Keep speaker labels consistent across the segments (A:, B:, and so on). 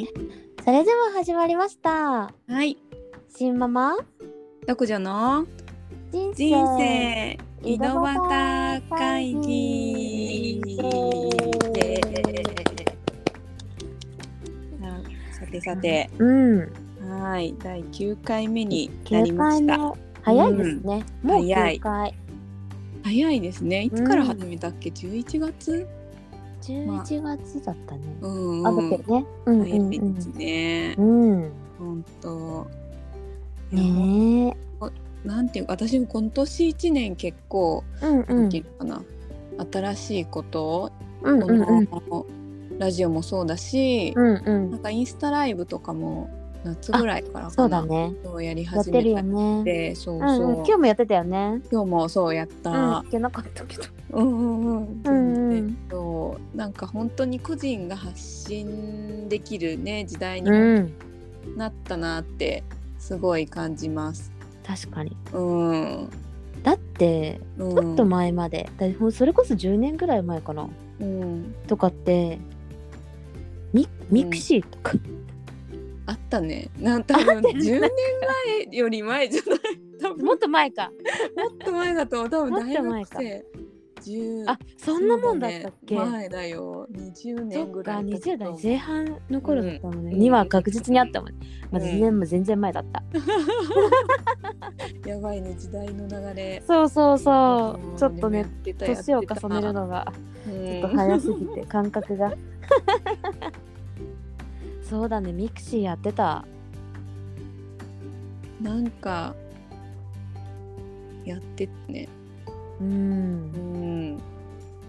A: それでは始まりました。
B: はい、
A: 新ママ
B: 独女の
A: 人生
B: 人生井戸端会議
A: イエ
B: さあさてさて、
A: うん。
B: はい、第9回目になり
A: 9
B: ま
A: 回
B: し
A: 目
B: た。
A: 早いですね。
B: うん
A: もう
B: 早い
A: 9回。
B: 早いですね。いつから始めたっけ？11月？
A: 11月だったね。
B: うん、う
A: あ、だ
B: ん
A: け。どね。うんう
B: 早い
A: ん
B: ですね
A: う。ん。
B: 本当。
A: うん。
B: いやも
A: ね
B: うなんていうか、私も今年一年結構
A: え。うんう
B: なん
A: ん
B: て。いうのかな、新しいこと
A: うん
B: こ
A: うんうん。
B: のラジオもそうだし、
A: うんう
B: なん
A: ん。
B: かインスタライブとかも夏ぐらいから
A: そ
B: か
A: うだ
B: な、
A: ね。
B: そうやり
A: やっ
B: 始
A: てる
B: め
A: よ
B: たっ
A: ね。
B: て、そ
A: う
B: うそう、
A: んうん。今日もやってたよね。
B: 今日もそうやっ
A: うん。
B: た
A: 聞、けなかったけど。
B: うんうんうん
A: うんうん
B: でそうなんか本当に個人が発信できるね時代に
A: うん。
B: なったなってすごい感じます。
A: 確かに。
B: うん、うん、
A: だって、
B: ち
A: ちょっと前まで、だいほんそれこそ10年ぐらい前かな。
B: うん、
A: とかってミミクシーと か、
B: あったね。なん多分10年前より前じゃない。多分
A: もっと前か
B: もっと前だと思う多分
A: もっと
B: 大
A: 前
B: 学
A: か
B: 生10
A: あそんなもんだったっけ
B: そうだね前だよ20
A: そ
B: 年
A: っ
B: ぐ
A: から
B: い経つ
A: 20代前半の頃だったもんね、
B: うん
A: には確実にあったもんね、まあ、
B: うん
A: 全然もう全然前だった、
B: やばいね時代の流れ
A: そうそうそう、
B: ん
A: ちょっと
B: や
A: ね
B: てた
A: 年を
B: やってた
A: 重ねるのが
B: うん
A: ちょっと早すぎて 感覚 がそうだねミクシーやってた
B: なんかやってたね
A: う
B: うんん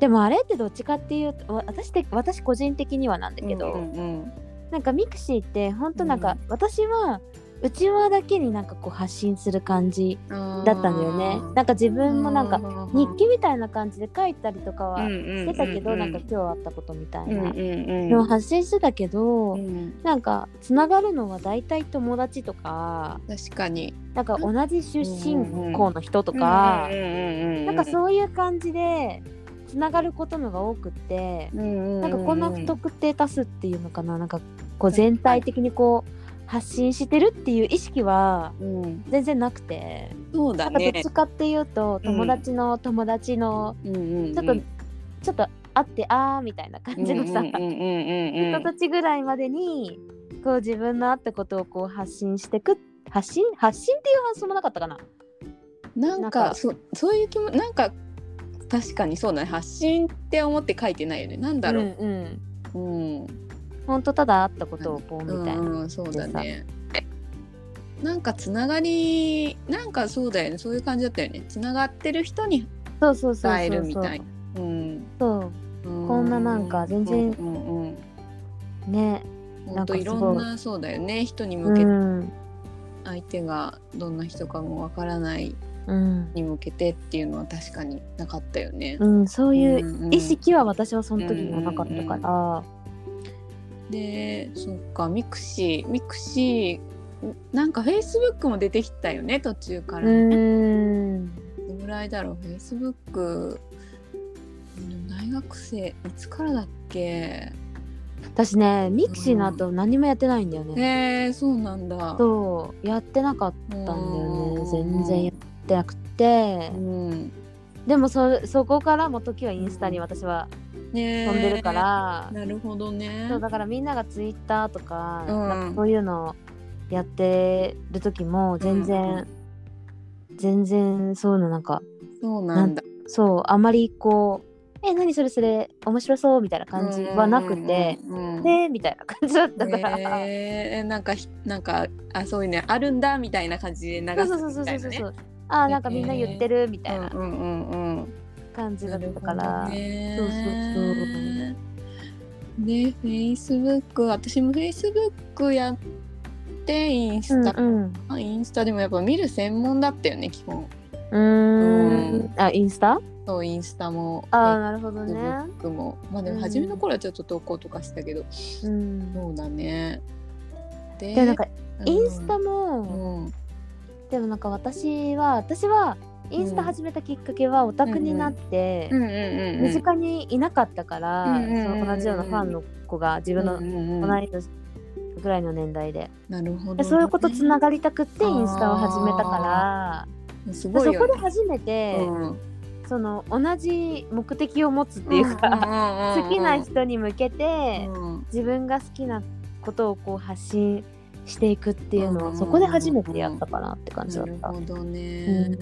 A: でもあれってどっちかっていうとわ私って私個人的にはなんだけど、
B: うんうん
A: なんかミクシーって本当なんか、私はうちわだけになんかこう発信する感じ
B: あー
A: だったんだよねなんか自分もなん
B: あ
A: か
B: ー
A: 日記みたいな感じで書いたりとかは
B: うんうんうん
A: してたけど、
B: うん
A: なんか今日あったことみたい
B: うん
A: な、
B: うん
A: で
B: う
A: も
B: ん
A: 発信してたけど、
B: うん
A: なんかつながるのは大体友達とか
B: 確かに
A: なんか同じ出身校の人とか、
B: な
A: なんかそういう感じでつながることのが多くって、
B: な
A: なんかこんな不特定多数っていうのかななんかこう全体的にこう発信してるっていう意識は
B: うん、
A: 全然なくて、
B: そうだ
A: なんか
B: ね
A: どっちかっていうと友達の友達の
B: うんうんうん
A: ちょっと、ちょっと会ってあーみたいな感じのさ、
B: うんうんうんうんうん
A: 人たちぐらいまでにこう自分のあったことをこう発信してく発信発信っていう発想もなかったかな。
B: な
A: なん
B: ん
A: か
B: かそそういう気もなんか確かにそうだね発信って思って書いてないよねなんだろ
A: うん
B: う、
A: うん
B: うんうん、
A: 本当ただ会ったことをこうみたいな。
B: うんそうだねなんかつながりなんかそうだよねそういう感じだったよねつながってる人に
A: そうそうそう
B: 伝え
A: そ
B: る
A: う
B: み
A: そ
B: たいうな。うん
A: そうこ
B: こ
A: んななんか全然
B: うんうんうん
A: ね。
B: ほ
A: なん
B: ん
A: か
B: と
A: すごい
B: いろんなそうだよね人に
A: う
B: 向けて
A: ん
B: 相手がどんな人かもわからない
A: うん
B: に向けてっていうのは確かになかったよね。
A: うん、そういう
B: うんうん
A: 意識は私はその時にはなかったから、
B: でそっかミクシーミクシーなんかフェイスブックも出てきたよね途中か
A: う
B: らね。
A: ーん
B: どのぐらいだろうフェイスブック大学生いつからだっけ
A: 私ねミクシーの後何もやってないんだよね、
B: えー、そうなんだ。
A: そうやってなかったんだよね全然やってなくて
B: う、ん、
A: でもそそこからも時はインスタに私は
B: ね
A: 飛んでるから、
B: なるほどね。
A: そうだからみんながツイッターとか,、
B: うん
A: そういうのやってる時も全然、全然そういうのなんか
B: そうなんだ。
A: そうあまりこう「え何それそれ面白そう」みたいな感じはなくて。
B: うん
A: ねみたいな感じだったから、
B: えー、なんかひなんかあそういうねあるんだみたいな感じで流
A: そう
B: す
A: そうそう
B: みた
A: そう
B: い
A: そうそ。
B: なね
A: うああなんかみんな言ってるみたいな
B: うんうんうんうん。
A: 感じだ
B: な
A: っ
B: る
A: た
B: ほ
A: か
B: ど
A: ら、
B: ね。
A: そうそう
B: で、フェイスブック、私もフェイスブックやって、イン
A: う
B: ス
A: ん
B: タ、
A: うん
B: インスタでもやっぱ見る専門だったよね、基本。
A: うーんあインスタ
B: そう、インスタも、
A: ああ
B: フ
A: なるほど
B: ェイス
A: ね
B: ブ、ックも。まあでも、初めの頃はちょっと投稿とかしたけど、
A: うん、
B: そうだね。で
A: でもなんか
B: うん
A: インスタも、
B: うん、
A: でもなんか私は私はインスタ始めたきっかけはオタクになって、
B: うんうんうんうん。
A: 身近にいなかったから、
B: うんうんうんうん
A: その同じようなファンの子が自分の
B: うんうんうん
A: 同い年ぐらいの年代で
B: なるほ
A: で
B: ど、ね。
A: そういうことつながりたくって
B: あ
A: イ
B: ー
A: ンスタを始めたから
B: す
A: で
B: ご
A: そ
B: いよ
A: こ
B: ね。
A: で初めて、
B: うん
A: その同じ目的を持つっていうか、 好きな人に向けて、
B: うん
A: 自分が好きなことをこう発信していくっていうの
B: う
A: は
B: ん
A: そこで初めてやったかなって感じだ
B: な
A: っ
B: る
A: た。
B: ほどね。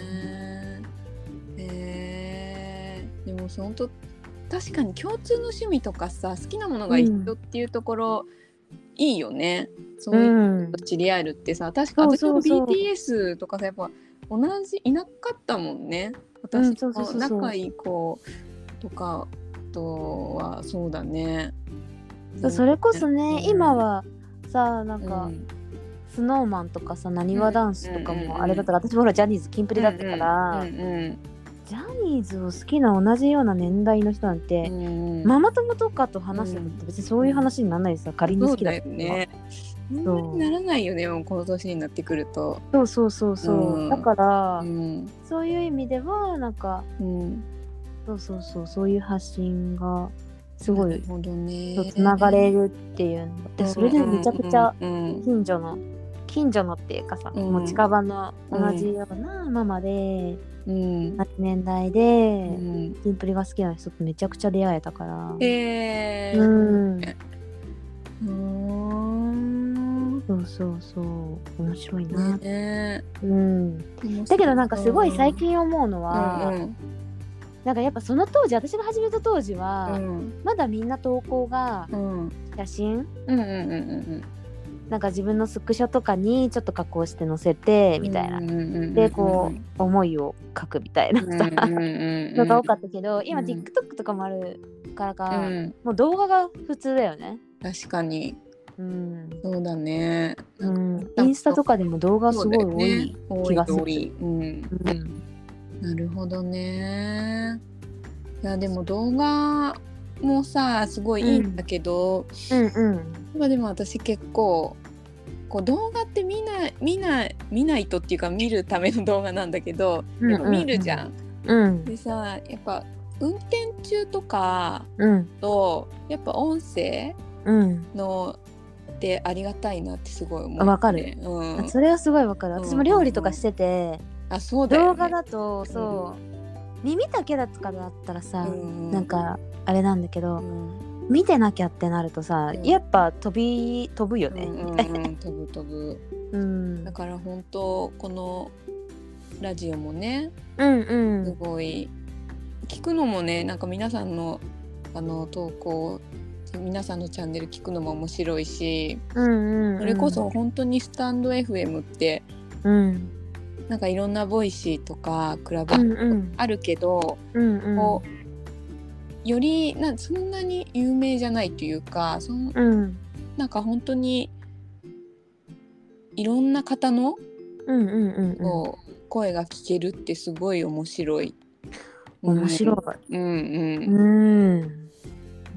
B: えーでも本当確かに共通の趣味とかさ好きなものが一緒っていうところ、いいよね。そう
A: う
B: いうん人、と知り合えるってさ確
A: そ
B: か
A: う
B: 私
A: そ
B: も
A: うそう
B: BTS とかさやっぱ同じいなかったもんね。
A: うん
B: 私
A: そうそうそう
B: の
A: そう
B: 仲いい子とかとはそうだね。
A: そうそれこそ
B: うん
A: ね、今はさなん
B: う
A: か、
B: ん
A: スノーマンとかさなにわダンスとか
B: うんうんうんう
A: も
B: ん
A: あれだったから、私もほらジャニーズキンプリだったから、
B: うんうん
A: ジャニーズを好きな同じような年代の人なん
B: う
A: て、
B: んうんうん
A: ママ友とかと話してるって別にそういう話にならないですよ仮に
B: そ
A: 好
B: う
A: きだ
B: だ
A: っ
B: よ
A: たら
B: ね。そん
A: そう
B: なにならないよね、もうこの年になってくると。
A: そうそうそうそう、
B: うん
A: だから、
B: うん。
A: そういう意味ではなんか
B: うん。
A: そうそうそうそういう発信がすご
B: ないるほどね。
A: つながれるっていうのでそれでめちゃくちゃ
B: うんうん
A: 近所の近所のっていうかさ、
B: うん
A: もう近場の同じようなママで、
B: うん。
A: 同じ年代で、
B: うん。
A: キンプリが好きな人とめちゃくちゃ出会えたから。
B: え
A: う
B: ー。
A: ん、
B: うーん。
A: そうそうそう面白いな、
B: ね
A: うん、
B: え
A: だけどなんかすごい最。近思うのは、
B: うん
A: なんかやっぱその当時私が始めた当時
B: う
A: は、
B: ん。
A: まだみんな投稿が
B: うん。うん。
A: 写真
B: うん。うん。うん。
A: なんか自分のスクショとかにちょっと加工して載せてみたいな、
B: うん。うんうん。
A: でこう思いを書くみたいな
B: う
A: さ、
B: ん。うん。う ん。
A: のが多かったけど今
B: うん
A: TikTok とかもあるからか、
B: うん。
A: もう動画が普通だよね。
B: 確かに。
A: うん
B: そうだね。
A: う
B: なんか
A: ん、インスタとかでも動画すごい多い。
B: 多
A: 気
B: い
A: がする
B: 多い。うん。なるほどね。いやでも動画もさすごいいいんだけど、
A: うんうん
B: まあでも私結構こう動画って見ない見ない見ないとっていうか見るための動画なんだけどやっぱ見るじゃん。
A: うん
B: でさやっぱ運転中とか
A: うん
B: とやっぱ音声
A: うん、
B: のってありがたいなってすごい思う、
A: わかる。
B: うん
A: あ。それはすごいわかる私も料理とかしてて、
B: あそうだよ、ね。
A: 動画だとそう、耳だけだとかだったらさ、
B: うん
A: なんかあれなんだけど、
B: うん
A: 見てなきゃってなるとさ、
B: うん
A: やっぱ飛び飛ぶよ
B: う
A: ね、
B: んうんうん飛ぶ飛ぶ。
A: うん、う
B: だ
A: ん
B: から本当このラジオもね
A: うん
B: すごい聞くのもねなんか皆さんのあの投稿皆さんのチャンネル聞くのも面白いし
A: うんうん
B: それこそ本当にスタンド FM って
A: うん
B: なんかいろんなボイシーとかクラブ
A: うんうん
B: あるけど、
A: うんうん
B: こうよりなんそんなに有名じゃないというかそん
A: うん
B: なんか本当にいろんな方の
A: うんうんうんうん
B: こう声が聞けるってすごい面白い。
A: 面白い、
B: うんうん
A: う
B: うん
A: ん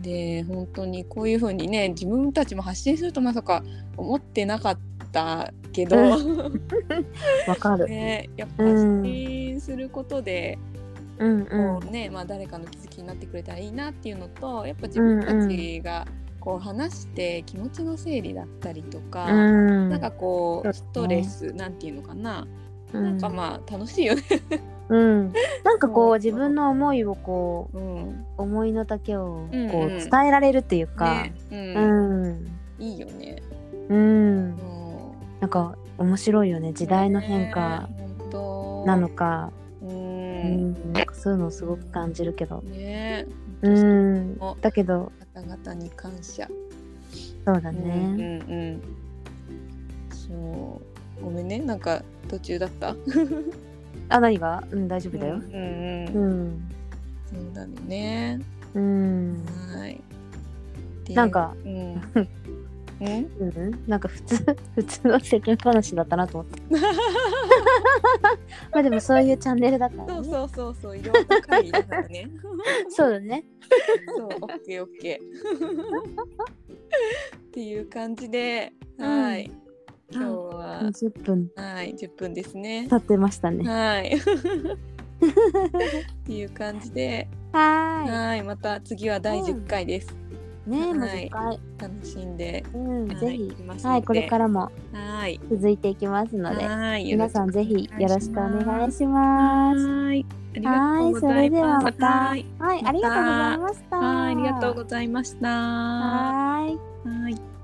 B: で本当にこういう風にね自分たちも発信するとまさか思ってなかったけど、
A: わかる、
B: ね、やっぱ
A: う
B: 発
A: ん
B: 信することで、
A: うん
B: こ
A: う
B: うねまあ、誰かの気づきになってくれたらいいなっていうのとやっぱ自分たちがこう話して気持ちの整理だったりとか、
A: ん
B: なんかこ
A: そう
B: う
A: です
B: ス
A: ね
B: トレス、なんていうのかな、
A: うん
B: なんかまあ楽しいよね。
A: うん、なんかこ
B: そうう
A: 自分の思いをこ
B: うん
A: う思いの丈をこう
B: うんうん
A: 伝えられるっていうか、
B: ね
A: う
B: うん
A: ん、
B: いいよね。
A: うん、
B: も
A: なんか面白いよね
B: う
A: 時代の変化
B: ね本当
A: なのか、
B: う
A: うんん、なんかそういうのをすごく感じるけど、
B: ね
A: う
B: え、
A: ん、だけど
B: 方々に感謝。
A: そうだ
B: うん
A: ね、
B: うんうん。そう、ごめんね、なんか途中だった。
A: あ何がうん大丈夫だよ
B: うん、うん
A: う
B: うん。
A: ん、
B: そうだね。
A: うん、
B: はい。で
A: なんか。
B: うん。うん。
A: うん、なんか普通 普通の世間話だったなと思って まあでもそういうチャンネルだから
B: そう
A: ね
B: そうそうそう、いろんな会だからね。
A: そうだね
B: そう、オッケーオッケー。っていう感じで、はい。今日は、
A: 20分
B: はい、10分ですね。
A: 経ってましたね
B: はい。っていう感じで、
A: はーい
B: はい、また次は第10回です。
A: ね、
B: はい
A: もう10回、
B: 楽しんで
A: うん、
B: はい
A: ぜひ
B: 行きますので
A: はいこれからも
B: はい
A: 続いていきますので
B: はい
A: 皆さんぜひよろしくお願いし
B: は
A: ます。
B: ーいありがと
A: は
B: う
A: い、
B: ご
A: そ
B: ざ
A: れ
B: い
A: では
B: ます
A: また。
B: は
A: はいい、ありがとうございました。
B: はいありがとうございましたは
A: はい。
B: い